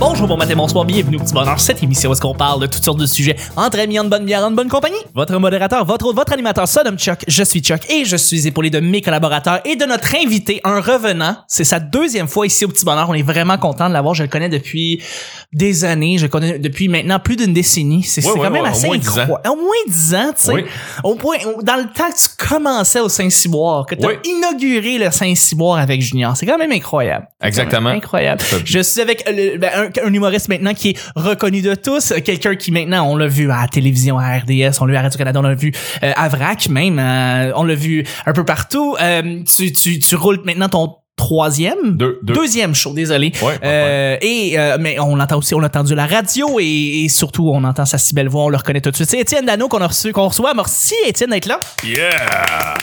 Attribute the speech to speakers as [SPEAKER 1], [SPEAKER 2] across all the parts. [SPEAKER 1] bonjour, bon matin, bonsoir, bienvenue au petit bonheur. Cette émission où est-ce qu'on parle de toutes sortes de sujets entre amis, en bonne bière, en bonne compagnie. Votre modérateur, votre hôte, votre animateur, ça nomme Chuck, je suis Chuck et je suis épaulé de mes collaborateurs et de notre invité, un revenant. C'est sa deuxième fois ici au petit bonheur. On est vraiment content de l'avoir. Je le connais depuis des années. Je le connais depuis maintenant plus d'une décennie. C'est c'est
[SPEAKER 2] ouais,
[SPEAKER 1] quand même
[SPEAKER 2] ouais, au
[SPEAKER 1] assez
[SPEAKER 2] moins dix ans.
[SPEAKER 1] incroyable. Au moins 10 ans, tu sais.
[SPEAKER 2] Oui.
[SPEAKER 1] Au point, au- dans le temps que tu commençais au Saint-Cyboire, que tu as
[SPEAKER 2] Oui.
[SPEAKER 1] inauguré le Saint-Cyboire avec Junior. C'est quand même incroyable.
[SPEAKER 2] Exactement.
[SPEAKER 1] Incroyable.
[SPEAKER 2] Ça-
[SPEAKER 1] Je suis avec le- ben, un, un humoriste maintenant qui est reconnu de tous, euh, quelqu'un qui maintenant, on l'a vu à la télévision, à RDS, on l'a vu à Radio-Canada, on l'a vu euh, à VRAC même, euh, on l'a vu un peu partout. Euh, tu, tu, tu roules maintenant ton troisième?
[SPEAKER 2] Deux, deux.
[SPEAKER 1] Deuxième show, désolé.
[SPEAKER 2] Ouais, ouais,
[SPEAKER 1] Euh, Et euh, mais on l'entend aussi, on a entendu la radio et, et surtout on entend sa si belle voix, on le reconnaît tout de suite. C'est Étienne Dano qu'on a reçu, qu'on reçoit. Merci Étienne d'être là.
[SPEAKER 2] Yeah!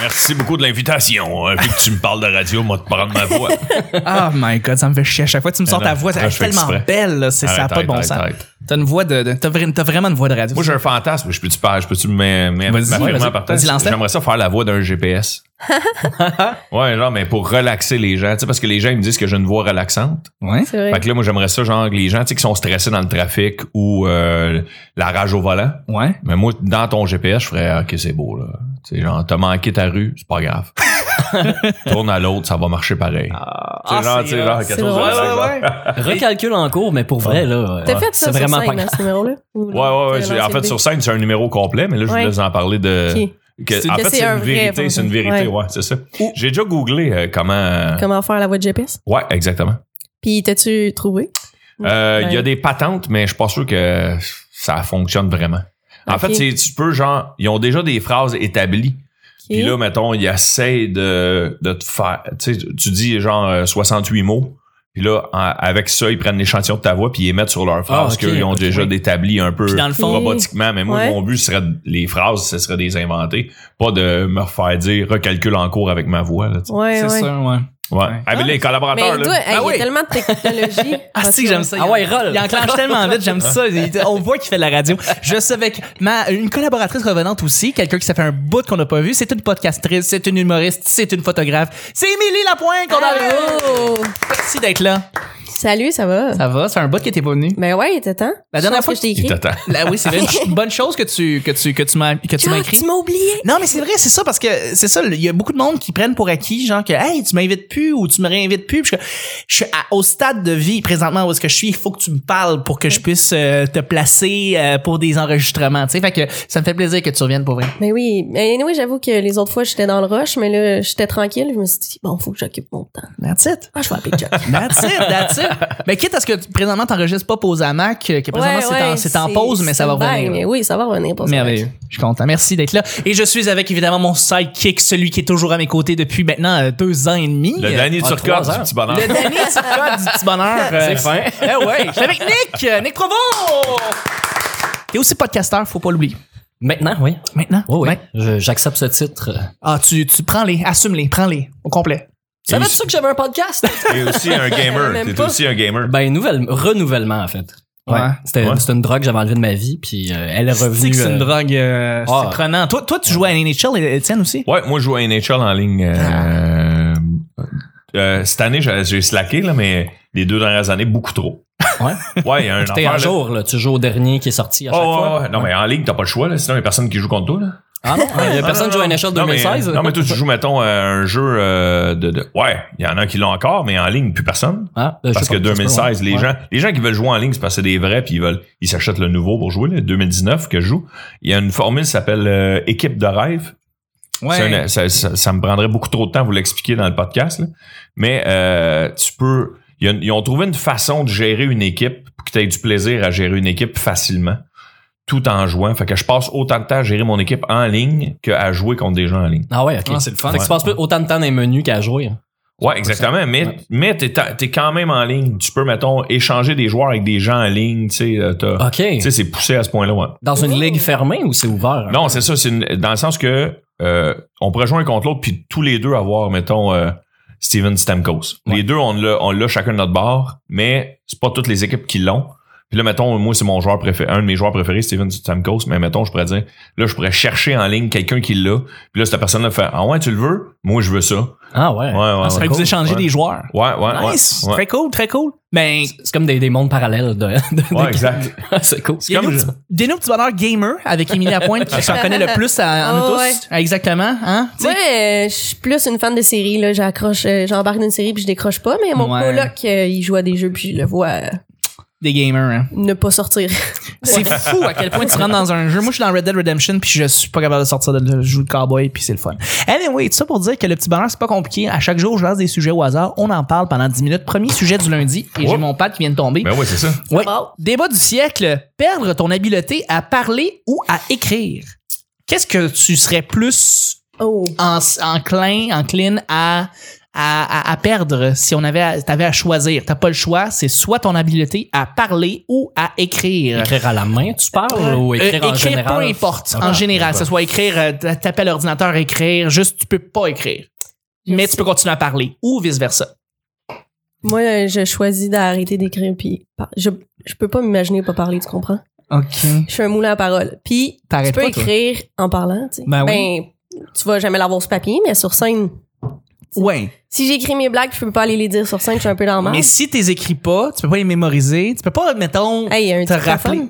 [SPEAKER 2] Merci beaucoup de l'invitation. hein. Vu que tu me parles de radio, moi, te prendre ma voix.
[SPEAKER 1] Oh my god, ça me fait chier à chaque fois. que Tu me sors
[SPEAKER 2] non,
[SPEAKER 1] ta voix, elle
[SPEAKER 2] je
[SPEAKER 1] est
[SPEAKER 2] fais
[SPEAKER 1] tellement
[SPEAKER 2] exprès.
[SPEAKER 1] belle, là, c'est ça n'a
[SPEAKER 2] Arrête,
[SPEAKER 1] pas de bon
[SPEAKER 2] arrête,
[SPEAKER 1] sens.
[SPEAKER 2] arrête.
[SPEAKER 1] T'as une voix de, de- t'as vra- t'as vraiment une voix de radio.
[SPEAKER 2] moi, j'ai un fantasme. Je peux-tu peux peux me me-
[SPEAKER 1] Vas-y,
[SPEAKER 2] m'affirmer
[SPEAKER 1] vas-y,
[SPEAKER 2] en partant?
[SPEAKER 1] vas-y, lance-le.
[SPEAKER 2] J'aimerais ça faire la voix d'un GPS. ouais, genre, mais pour relaxer les gens. Tu sais, parce que les gens, ils me disent que j'ai une voix relaxante.
[SPEAKER 1] Ouais.
[SPEAKER 3] C'est vrai.
[SPEAKER 2] Fait que là, moi, j'aimerais ça, genre, que les gens, tu sais, qui sont stressés dans le trafic ou euh, la rage au volant.
[SPEAKER 1] Ouais.
[SPEAKER 2] Mais moi, dans ton GPS, je ferais, OK, c'est beau, là. Tu sais, genre, t'as manqué ta rue, c'est pas grave. Tourne à l'autre, ça va marcher pareil.
[SPEAKER 1] Ah,
[SPEAKER 2] C'est genre, tu sais, genre,
[SPEAKER 3] c'est
[SPEAKER 2] 14
[SPEAKER 3] vrai.
[SPEAKER 2] heures,
[SPEAKER 1] Ouais, ouais, ouais.
[SPEAKER 4] Ah, Recalcule en cours, mais pour vrai, là.
[SPEAKER 3] T'as
[SPEAKER 1] euh,
[SPEAKER 4] ouais.
[SPEAKER 3] fait ça sur
[SPEAKER 4] C'est vraiment
[SPEAKER 3] scène,
[SPEAKER 4] pas
[SPEAKER 3] hein, ce numéro-là? Ou
[SPEAKER 2] Ouais,
[SPEAKER 3] non?
[SPEAKER 2] ouais, ouais.
[SPEAKER 3] T'as
[SPEAKER 2] c'est- En
[SPEAKER 3] lancé
[SPEAKER 2] fait,
[SPEAKER 3] le
[SPEAKER 2] sur scène, c'est un numéro complet, mais là, je
[SPEAKER 3] Ouais.
[SPEAKER 2] voulais vous en parler de.
[SPEAKER 3] dé. Ok.
[SPEAKER 2] que- en
[SPEAKER 3] Que
[SPEAKER 2] fait,
[SPEAKER 3] c'est
[SPEAKER 2] c'est
[SPEAKER 3] un
[SPEAKER 2] une
[SPEAKER 3] vrai
[SPEAKER 2] vérité, c'est une
[SPEAKER 3] vendredi.
[SPEAKER 2] vérité,
[SPEAKER 3] Ouais.
[SPEAKER 2] ouais, c'est ça. J'ai déjà googlé euh, comment.
[SPEAKER 3] Comment faire la voix de GPS?
[SPEAKER 2] Ouais, exactement.
[SPEAKER 3] Puis t'as-tu trouvé?
[SPEAKER 2] Euh, Il y
[SPEAKER 3] Ouais.
[SPEAKER 2] a des patentes, mais je suis pas sûr que ça fonctionne vraiment. En
[SPEAKER 3] Ok.
[SPEAKER 2] fait, c'est- tu peux, genre, ils ont déjà des phrases établies.
[SPEAKER 3] Ok.
[SPEAKER 2] Puis là, mettons, il essaie de, de te faire. Tu sais, tu dis genre euh, 68 mots. Puis là, en- avec ça, ils prennent l'échantillon de ta voix puis ils les mettent sur
[SPEAKER 3] Ah,
[SPEAKER 2] leurs phrases
[SPEAKER 4] ok,
[SPEAKER 2] qu'ils ont
[SPEAKER 4] ok,
[SPEAKER 2] déjà
[SPEAKER 4] oui.
[SPEAKER 2] établi un peu
[SPEAKER 1] Puis dans le fond,
[SPEAKER 3] Oui.
[SPEAKER 2] robotiquement. Mais moi,
[SPEAKER 3] Mmh. Ouais.
[SPEAKER 2] mon but serait de- les phrases, ce serait de les inventer. Pas de me refaire dire recalcule en cours avec ma voix. Là, tu sais.
[SPEAKER 3] Ouais,
[SPEAKER 1] c'est
[SPEAKER 3] ouais.
[SPEAKER 1] ça, ouais.
[SPEAKER 2] ouais.
[SPEAKER 1] Ouais.
[SPEAKER 2] Ah, mais là, les
[SPEAKER 3] Mais
[SPEAKER 2] collaborateurs,
[SPEAKER 3] toi,
[SPEAKER 2] là.
[SPEAKER 3] hey, il y a
[SPEAKER 1] oui.
[SPEAKER 3] tellement de technologie.
[SPEAKER 1] Ah si, j'aime ça.
[SPEAKER 4] Ah ouais, roll.
[SPEAKER 1] Il enclenche tellement vite, j'aime ça. Il- On voit qu'il fait de la radio. Je suis avec ma, une collaboratrice revenante aussi, quelqu'un qui ça fait un bout qu'on n'a pas vu. C'est une podcastrice, c'est une humoriste, c'est une photographe. C'est Émilie Lapointe qu'on Ah, a
[SPEAKER 3] Bravo!
[SPEAKER 1] Merci d'être là.
[SPEAKER 3] oh! Salut, ça va?
[SPEAKER 1] Ça va, c'est un bout qui était pas venu.
[SPEAKER 3] Ben ouais, il était temps.
[SPEAKER 1] La
[SPEAKER 3] Je
[SPEAKER 1] dernière
[SPEAKER 3] pense
[SPEAKER 1] fois
[SPEAKER 3] que je t'ai
[SPEAKER 2] Ils
[SPEAKER 3] écrit.
[SPEAKER 2] t'attendent.
[SPEAKER 1] Là, Ben oui, c'est vrai. une bonne chose que tu, que tu, que tu m'as, que tu m'as
[SPEAKER 3] Ah,
[SPEAKER 1] écrit.
[SPEAKER 3] tu m'as oublié!
[SPEAKER 1] Non, mais c'est vrai, c'est ça, parce que c'est ça, il y a beaucoup de monde qui prennent pour acquis, genre que, hey, tu m'invites plus ou tu me réinvites plus. Puis je, je suis à- au stade de vie présentement où est-ce que je suis, il faut que tu me parles pour que je puisse euh, te placer euh, pour des enregistrements, tu sais. Fait que ça me fait plaisir que tu reviennes pour vrai.
[SPEAKER 3] Mais oui, mais anyway, j'avoue que les autres fois, j'étais dans le rush, mais là, j'étais tranquille. Je me suis dit, bon, faut que j'occupe mon temps.
[SPEAKER 1] That's it.
[SPEAKER 3] Ah, je vais appeler Chuck.
[SPEAKER 1] That's it, that's it. Mais quitte à ce que tu- présentement t'enregistres pas pause à Mac, euh, que présentement
[SPEAKER 3] Ouais,
[SPEAKER 1] c'est en-
[SPEAKER 3] ouais,
[SPEAKER 1] c'est en, pause, mais ça
[SPEAKER 3] c'est
[SPEAKER 1] va
[SPEAKER 3] une vague,
[SPEAKER 1] revenir.
[SPEAKER 3] mais Oui, ça va revenir. pas ça.
[SPEAKER 1] Merveilleux. Je suis content. Merci d'être là. Et je suis avec évidemment mon sidekick, celui qui est toujours à mes côtés depuis maintenant euh, deux ans et demi.
[SPEAKER 2] Le dernier
[SPEAKER 4] ah,
[SPEAKER 2] Turcotte
[SPEAKER 4] trois
[SPEAKER 2] du
[SPEAKER 4] heures.
[SPEAKER 2] petit bonheur.
[SPEAKER 1] Le dernier petit code du petit bonheur.
[SPEAKER 4] C'est
[SPEAKER 1] euh,
[SPEAKER 4] fin.
[SPEAKER 1] Eh ouais, je suis avec Nick, euh, Nick Provo. T'es aussi podcasteur, faut pas l'oublier.
[SPEAKER 4] Maintenant, oui.
[SPEAKER 1] Maintenant.
[SPEAKER 4] Oh Oui, oui.
[SPEAKER 1] Ouais.
[SPEAKER 4] Je- J'accepte ce titre.
[SPEAKER 1] Ah, tu, tu prends les, assume-les, prends-les au complet.
[SPEAKER 4] Ça veut ça que j'avais un podcast?
[SPEAKER 2] T'es aussi un gamer.
[SPEAKER 3] Même
[SPEAKER 2] T'es
[SPEAKER 3] pas.
[SPEAKER 2] aussi un gamer.
[SPEAKER 4] ben, nouvelle, renouvellement, en fait.
[SPEAKER 1] Ouais.
[SPEAKER 4] C'était
[SPEAKER 2] Ouais.
[SPEAKER 4] c'était une drogue que j'avais enlevée de ma vie, puis euh, elle est
[SPEAKER 1] Tu sais
[SPEAKER 4] revenue.
[SPEAKER 1] que c'est une
[SPEAKER 4] euh,
[SPEAKER 1] drogue, euh,
[SPEAKER 4] ah.
[SPEAKER 1] c'est prenant. Toi, toi, tu jouais à NHL, et Étienne
[SPEAKER 3] Ah.
[SPEAKER 1] aussi?
[SPEAKER 2] Ouais, moi je joue à NHL en ligne. euh, euh, cette année, j'ai j'ai slacké, là, mais les deux dernières années, beaucoup trop.
[SPEAKER 4] Ouais.
[SPEAKER 2] Ouais, il y a un
[SPEAKER 4] T'es
[SPEAKER 2] affaire,
[SPEAKER 4] un
[SPEAKER 2] là.
[SPEAKER 4] jour, là. Tu joues au dernier qui est sorti à
[SPEAKER 2] Ouais,
[SPEAKER 4] chaque
[SPEAKER 2] ouais,
[SPEAKER 4] fois.
[SPEAKER 2] ouais. Non, mais en ligue, t'as pas le choix, là. Sinon, il y a personne qui joue contre toi, là.
[SPEAKER 4] Ah non, il y a personne qui joue à NHL
[SPEAKER 2] Non, mais-
[SPEAKER 4] 2016.
[SPEAKER 2] Non, mais toi, tu joues, mettons, à un jeu euh, de, de- Ouais, il y en a qui l'ont encore, mais en ligne, plus personne.
[SPEAKER 4] Ah, ben, je
[SPEAKER 2] Parce
[SPEAKER 4] sais
[SPEAKER 2] que
[SPEAKER 4] pas, ça se peut,
[SPEAKER 2] 2016,
[SPEAKER 4] ouais.
[SPEAKER 2] les
[SPEAKER 4] Ouais.
[SPEAKER 2] gens, les gens qui veulent jouer en ligne, c'est parce que c'est des vrais, puis ils veulent, ils s'achètent le nouveau pour jouer, le 2019 que je joue. Il y a une formule qui s'appelle euh, équipe de rêve. C'est une- ça, ça- ça me prendrait beaucoup trop de temps à vous l'expliquer dans le podcast. là. Mais euh, tu peux. il y a une- Ils ont trouvé une façon de gérer une équipe pour que tu aies du plaisir à gérer une équipe facilement, tout en jouant. Fait que je passe autant de temps à gérer mon équipe en ligne qu'à jouer contre des gens en ligne.
[SPEAKER 4] Ah ouais, ok.
[SPEAKER 1] Ah, c'est le fun.
[SPEAKER 4] Fait que tu passes plus autant de temps dans les menus qu'à jouer. hein.
[SPEAKER 2] Ouais, exactement. Mais,
[SPEAKER 4] Ouais.
[SPEAKER 2] mais t'es, ta- t'es quand même en ligne. Tu peux, mettons, échanger des joueurs avec des gens en ligne. Tu sais, euh, t'as-
[SPEAKER 4] Ok.
[SPEAKER 2] tu sais, c'est poussé à ce point-là. ouais.
[SPEAKER 4] Dans une
[SPEAKER 3] Ouh.
[SPEAKER 4] ligue fermée ou c'est ouvert?
[SPEAKER 2] Ah. Non, c'est ça. C'est une- dans le sens que euh, on pourrait jouer un contre l'autre puis tous les deux avoir, mettons, euh, Steven Stamkos.
[SPEAKER 4] Ouais.
[SPEAKER 2] Les deux, on l'a, on l'a chacun de notre bord, mais c'est pas toutes les équipes qui l'ont. Puis Puis là, mettons, moi, c'est mon joueur préféré, un de mes joueurs préférés, Steven Stamkos, mais mettons, je pourrais dire, là, je pourrais chercher en ligne quelqu'un qui l'a. Puis là, cette personne-là fait, ah ouais, tu le veux? Moi, je veux ça.
[SPEAKER 4] Ah ouais.
[SPEAKER 2] Ouais, ouais,
[SPEAKER 4] Ah,
[SPEAKER 1] Fait
[SPEAKER 4] c'est
[SPEAKER 1] que
[SPEAKER 4] cool.
[SPEAKER 1] vous échangez
[SPEAKER 2] ouais.
[SPEAKER 1] des joueurs.
[SPEAKER 2] Ouais, ouais,
[SPEAKER 1] Nice.
[SPEAKER 2] ouais. ouais.
[SPEAKER 1] Très cool, très cool. Ben, Mais
[SPEAKER 4] C'est comme des, des mondes parallèles de, de-
[SPEAKER 2] Ouais,
[SPEAKER 4] de-
[SPEAKER 2] exact.
[SPEAKER 4] c'est cool.
[SPEAKER 1] Il y a
[SPEAKER 2] Comme
[SPEAKER 1] nous,
[SPEAKER 2] je-
[SPEAKER 1] petit- des nous petits bonheurs gamer avec Émilie Lapointe qui s'en connaît le plus à, à nous
[SPEAKER 3] Oh,
[SPEAKER 1] tous.
[SPEAKER 3] ouais.
[SPEAKER 1] Exactement. Hein? Tu sais,
[SPEAKER 3] Moi, euh, je suis plus une fan de séries. Là, j'accroche, euh, j'embarque dans une série puis je décroche pas. Mais mon
[SPEAKER 1] Ouais.
[SPEAKER 3] coloc, euh, il joue à des jeux puis je le vois euh,
[SPEAKER 1] Des gamers. hein.
[SPEAKER 3] ne pas sortir.
[SPEAKER 1] C'est fou à quel point tu rentres dans un jeu. Moi, je suis dans Red Dead Redemption puis je suis pas capable de sortir de là. Je joue le cowboy puis c'est le fun. Anyway, tout ça pour dire que le petit bonheur, c'est pas compliqué. À chaque jour, je lance des sujets au hasard. On en parle pendant 10 minutes. Premier sujet du lundi et j'ai
[SPEAKER 2] Oups.
[SPEAKER 1] mon pad qui vient de tomber.
[SPEAKER 2] Ben ouais, c'est ça.
[SPEAKER 1] Ouais.
[SPEAKER 3] Wow.
[SPEAKER 1] Débat du siècle. Perdre ton habileté à parler ou à écrire. Qu'est-ce que tu serais plus
[SPEAKER 3] Oh.
[SPEAKER 1] en, enclin, encline à, à, à- à perdre si on avait à, t'avais à choisir. T'as pas le choix, c'est soit ton habileté à parler ou à écrire.
[SPEAKER 4] Écrire à la main, tu parles ou
[SPEAKER 1] Euh,
[SPEAKER 4] écrire en général?
[SPEAKER 1] peu importe,
[SPEAKER 4] Ah,
[SPEAKER 1] en général, que ce soit écrire, euh, t- taper à l'ordinateur, écrire, juste tu peux pas écrire. Mais tu peux continuer à parler ou vice-versa.
[SPEAKER 3] Moi, euh, je choisis d'arrêter d'écrire puis par- je, je peux pas m'imaginer pas parler, tu comprends?
[SPEAKER 1] OK.
[SPEAKER 3] Je suis un moulin à parole. Puis tu
[SPEAKER 1] T'arrêtes
[SPEAKER 3] peux
[SPEAKER 1] pas, toi.
[SPEAKER 3] écrire en parlant, tu sais.
[SPEAKER 1] Ben oui.
[SPEAKER 3] Ben, tu vas jamais l'avoir sur papier, mais sur scène.
[SPEAKER 1] Ouais.
[SPEAKER 3] Si j'écris mes blagues, je peux pas aller les dire sur scène, je suis un peu dans le mal.
[SPEAKER 1] Mais si t'es écris pas, tu peux pas les mémoriser, tu peux pas, mettons,
[SPEAKER 3] Hey, un
[SPEAKER 1] te rappeler.
[SPEAKER 3] dictaphone.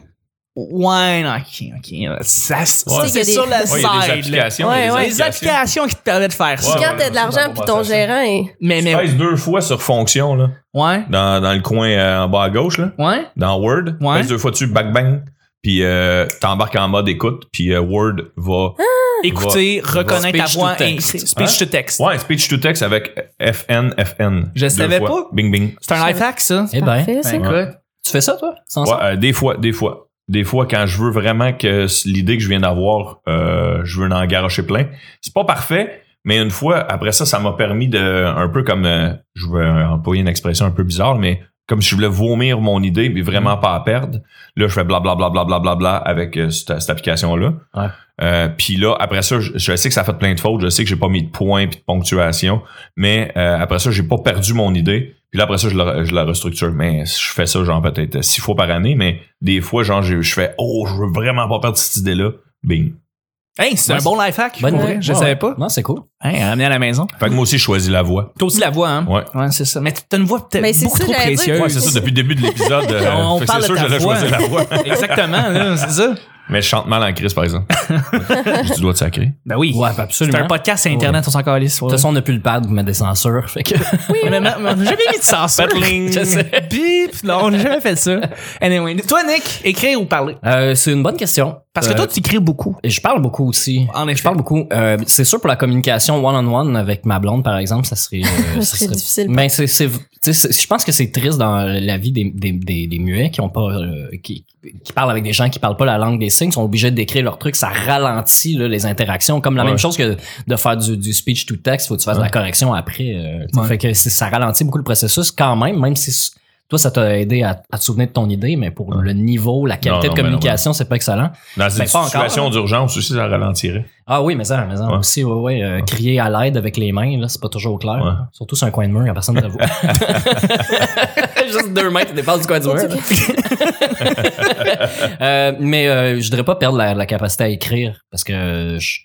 [SPEAKER 1] Ouais, non, ok, ok. Ça, ça,
[SPEAKER 3] sais qu'il y
[SPEAKER 1] c'est
[SPEAKER 3] a des-
[SPEAKER 1] sur la
[SPEAKER 2] Ouais, il y a des
[SPEAKER 1] side, là.
[SPEAKER 2] applications. il y a
[SPEAKER 3] Ouais,
[SPEAKER 2] des
[SPEAKER 3] ouais.
[SPEAKER 1] Les applications qui te permettent de faire ça.
[SPEAKER 2] Ouais,
[SPEAKER 3] Quand t'as de l'argent puis ton gérant est...
[SPEAKER 1] Mais,
[SPEAKER 2] Tu
[SPEAKER 1] mais,
[SPEAKER 2] pèses deux fois sur fonction, là,
[SPEAKER 1] ouais,
[SPEAKER 2] dans, dans le coin euh, en bas à gauche, là,
[SPEAKER 1] ouais.
[SPEAKER 2] dans Word. Tu
[SPEAKER 1] Ouais.
[SPEAKER 2] pèses deux fois dessus, bang, bang. Puis euh, t'embarques en mode écoute, puis euh, Word va.
[SPEAKER 1] Hein? Écouter,
[SPEAKER 2] va-
[SPEAKER 1] reconnaître ta
[SPEAKER 4] speech
[SPEAKER 1] voix,
[SPEAKER 4] to text.
[SPEAKER 1] et- speech to text.
[SPEAKER 2] Ouais, speech to text avec FN, FN.
[SPEAKER 1] Je
[SPEAKER 2] Deux
[SPEAKER 1] savais
[SPEAKER 2] fois.
[SPEAKER 1] pas.
[SPEAKER 2] Bing, bing.
[SPEAKER 1] C'est un life hack, ça.
[SPEAKER 4] Eh ben,
[SPEAKER 3] Parfait, ça.
[SPEAKER 1] Ben, écoute.
[SPEAKER 4] tu fais ça, toi? Sans
[SPEAKER 2] Ouais,
[SPEAKER 4] ça?
[SPEAKER 2] euh, des fois, des fois. Des fois, quand je veux vraiment que c- l'idée que je viens d'avoir, euh, je veux en garocher plein. C'est pas parfait, mais une fois, après ça, ça m'a permis de, un peu comme, euh, je vais employer une expression un peu bizarre, mais comme si je voulais vomir mon idée, mais vraiment pas à perdre. Là, je fais blablabla bla, bla, bla, bla avec euh, cette, cette application-là.
[SPEAKER 4] Ouais.
[SPEAKER 2] Euh, Puis là, après ça, je, je sais que ça a fait plein de fautes, je sais que j'ai pas mis de points puis de ponctuation, mais euh, après ça, j'ai pas perdu mon idée. Puis là, après ça, je la, je la restructure. Mais je fais ça, genre, peut-être euh, six fois par année, mais des fois, genre, je, je fais Oh, je veux vraiment pas perdre cette idée-là. Bing.
[SPEAKER 1] Hey, c'est
[SPEAKER 4] Ouais,
[SPEAKER 1] un bon life hack.
[SPEAKER 4] Bonne
[SPEAKER 1] pour
[SPEAKER 4] idée.
[SPEAKER 1] vrai, Je
[SPEAKER 4] Ouais,
[SPEAKER 1] savais
[SPEAKER 4] ouais.
[SPEAKER 1] pas.
[SPEAKER 4] Non, c'est cool.
[SPEAKER 1] Hey, à ramener à la maison.
[SPEAKER 2] Fait que moi aussi, je choisis la voix.
[SPEAKER 1] T'as aussi la voix, hein.
[SPEAKER 2] Ouais.
[SPEAKER 1] Ouais, c'est ça. Mais t'as une voix peut-être
[SPEAKER 3] Mais c'est
[SPEAKER 1] beaucoup
[SPEAKER 3] ça,
[SPEAKER 1] trop
[SPEAKER 3] j'allais dire.
[SPEAKER 1] précieuse.
[SPEAKER 2] Ouais, c'est ça, depuis le début de l'épisode. euh,
[SPEAKER 1] On
[SPEAKER 2] fait que
[SPEAKER 1] parle
[SPEAKER 2] c'est
[SPEAKER 1] de
[SPEAKER 2] sûr
[SPEAKER 1] ta
[SPEAKER 2] que j'allais
[SPEAKER 1] voix.
[SPEAKER 2] choisir la voix.
[SPEAKER 1] Exactement, là, c'est ça.
[SPEAKER 2] Mais je chante mal en crise, par exemple. J'ai du doigt de sacré.
[SPEAKER 1] Ben oui.
[SPEAKER 4] Ouais, absolument.
[SPEAKER 1] C'est un podcast, c'est Internet, on s'en calisse.
[SPEAKER 4] De toute façon, on n'a plus le pad, mais des censures. Fait que...
[SPEAKER 1] Oui, on a jamais mis de censure.
[SPEAKER 2] Patling.
[SPEAKER 1] Je sais. Bip. Non, on n'a jamais fait ça. Anyway. Toi, Nick, écrire ou parler?
[SPEAKER 4] Euh, c'est une bonne question.
[SPEAKER 1] Parce que
[SPEAKER 4] Euh,
[SPEAKER 1] toi, Ah, tu écris beaucoup.
[SPEAKER 4] Et je parle beaucoup aussi.
[SPEAKER 1] En effet.
[SPEAKER 4] Je parle beaucoup. Euh, c'est sûr pour la communication one-on-one avec ma blonde, par exemple, ça serait, euh,
[SPEAKER 3] Ça serait difficile.
[SPEAKER 4] Ben, c'est, c'est, tu sais, c'est- je pense que c'est triste dans la vie des, des, des, des muets qui ont pas, euh, qui, qui parlent avec des gens qui parlent pas la langue des signes, sont obligés de décrire leurs trucs, ça ralentit là, les interactions. Comme la
[SPEAKER 2] Ouais.
[SPEAKER 4] même chose que de faire du, du speech to text, faut que tu fasses de la correction après. euh, tu sais.
[SPEAKER 1] Ouais.
[SPEAKER 4] Fait que c'est- ça ralentit beaucoup le processus quand même, même si toi ça t'a aidé à, à te souvenir de ton idée, mais pour le niveau, la qualité
[SPEAKER 2] Non, non,
[SPEAKER 4] de
[SPEAKER 2] mais non,
[SPEAKER 4] communication, c'est pas excellent.
[SPEAKER 2] Dans une
[SPEAKER 4] Ben, pas encore,
[SPEAKER 1] hein.
[SPEAKER 2] situation d'urgence aussi, ça ralentirait.
[SPEAKER 4] Ah oui, mais ça, mais ça
[SPEAKER 2] Ouais.
[SPEAKER 4] aussi, ouais, ouais, euh, crier à l'aide avec les mains, là, c'est pas toujours clair.
[SPEAKER 2] Ouais.
[SPEAKER 4] hein. Surtout sur un coin de mur, la personne t'avoue. Juste deux mains qui dépassent du coin du mur. là. Euh, mais euh, je voudrais pas perdre la, la capacité à écrire parce que je-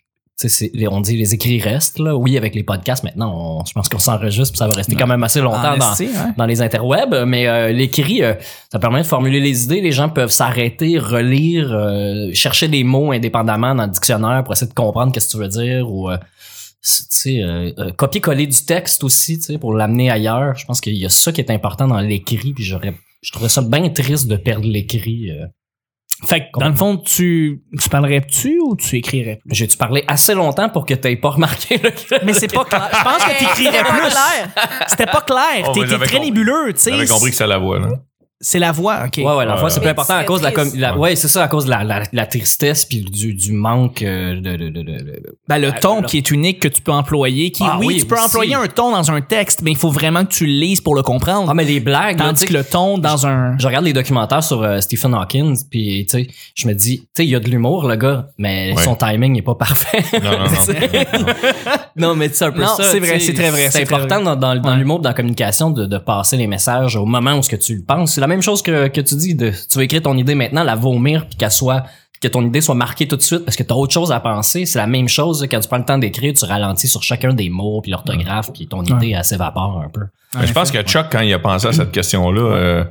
[SPEAKER 4] tu sais, c'est- les- on dit les écrits restent là. Oui, avec les podcasts maintenant, on- je pense qu'on s'enregistre, puis ça va rester quand même assez longtemps dans,
[SPEAKER 1] esti, ouais.
[SPEAKER 4] dans les interwebs, mais euh, l'écrit, euh, ça permet de formuler les idées. Les gens peuvent s'arrêter, relire, euh, chercher des mots indépendamment dans le dictionnaire pour essayer de comprendre qu'est-ce que tu veux dire ou euh, c'est- tu sais, euh, euh, copier-coller du texte aussi, tu sais, pour l'amener ailleurs. Je pense qu'il y a ça qui est important dans l'écrit, puis j'aurais, je trouverais ça bien triste de perdre l'écrit. euh.
[SPEAKER 1] Fait que, dans le fond, tu, tu parlerais-tu ou tu écrirais plus?
[SPEAKER 4] J'ai-tu parlé assez longtemps pour que t'aies pas remarqué le
[SPEAKER 1] Mais c'est pas clair. Je pense que Ah, t'écrirais
[SPEAKER 3] C'était pas
[SPEAKER 1] plus.
[SPEAKER 3] clair.
[SPEAKER 1] C'était pas clair.
[SPEAKER 2] Oh,
[SPEAKER 1] T'es
[SPEAKER 2] mais
[SPEAKER 1] t'es
[SPEAKER 2] j'avais
[SPEAKER 1] très
[SPEAKER 2] compris.
[SPEAKER 1] nébuleux, tu sais.
[SPEAKER 2] J'avais compris que c'est la voix, là.
[SPEAKER 1] C'est la voix, ok.
[SPEAKER 4] Ouais, ouais, la fois, c'est
[SPEAKER 2] Ouais.
[SPEAKER 4] plus important à cause de la, com- la-
[SPEAKER 2] Ouais.
[SPEAKER 4] ouais, c'est ça, à cause de la, la, la tristesse puis du, du manque euh, de, de, de, de- de-
[SPEAKER 1] Ben, le
[SPEAKER 4] Ah,
[SPEAKER 1] ton
[SPEAKER 4] alors.
[SPEAKER 1] qui est unique que tu peux employer, qui,
[SPEAKER 4] Ah,
[SPEAKER 1] oui,
[SPEAKER 4] oui,
[SPEAKER 1] tu peux
[SPEAKER 4] aussi.
[SPEAKER 1] employer un ton dans un texte, mais il faut vraiment que tu le lises pour le comprendre.
[SPEAKER 4] Ah, mais les blagues, là, tu
[SPEAKER 1] Tandis
[SPEAKER 4] sais,
[SPEAKER 1] que le ton dans un.
[SPEAKER 4] je regarde les documentaires sur euh, Stephen Hawking, puis tu sais, je me dis, tu sais, il y a de l'humour, le gars, mais
[SPEAKER 2] Ouais.
[SPEAKER 4] son timing est pas parfait.
[SPEAKER 2] Non, non, non. non.
[SPEAKER 4] non, mais c'est un
[SPEAKER 1] Non, c'est vrai,
[SPEAKER 4] tu sais,
[SPEAKER 1] c'est très vrai,
[SPEAKER 4] C'est
[SPEAKER 1] c'est très
[SPEAKER 4] important dans, dans, dans l'humour, dans la communication, de, de passer les messages au moment où ce que tu le penses. C'est la même chose que, que tu dis, de, tu veux écrire ton idée maintenant, la vomir, puis qu'elle soit que ton idée soit marquée tout de suite parce que tu as autre chose à penser. C'est la même chose là, quand tu prends le temps d'écrire, tu ralentis sur chacun des mots, puis l'orthographe, puis ton idée elle s'évapore un peu.
[SPEAKER 2] Mais je pense que Chuck, quand il a pensé à cette question-là, euh,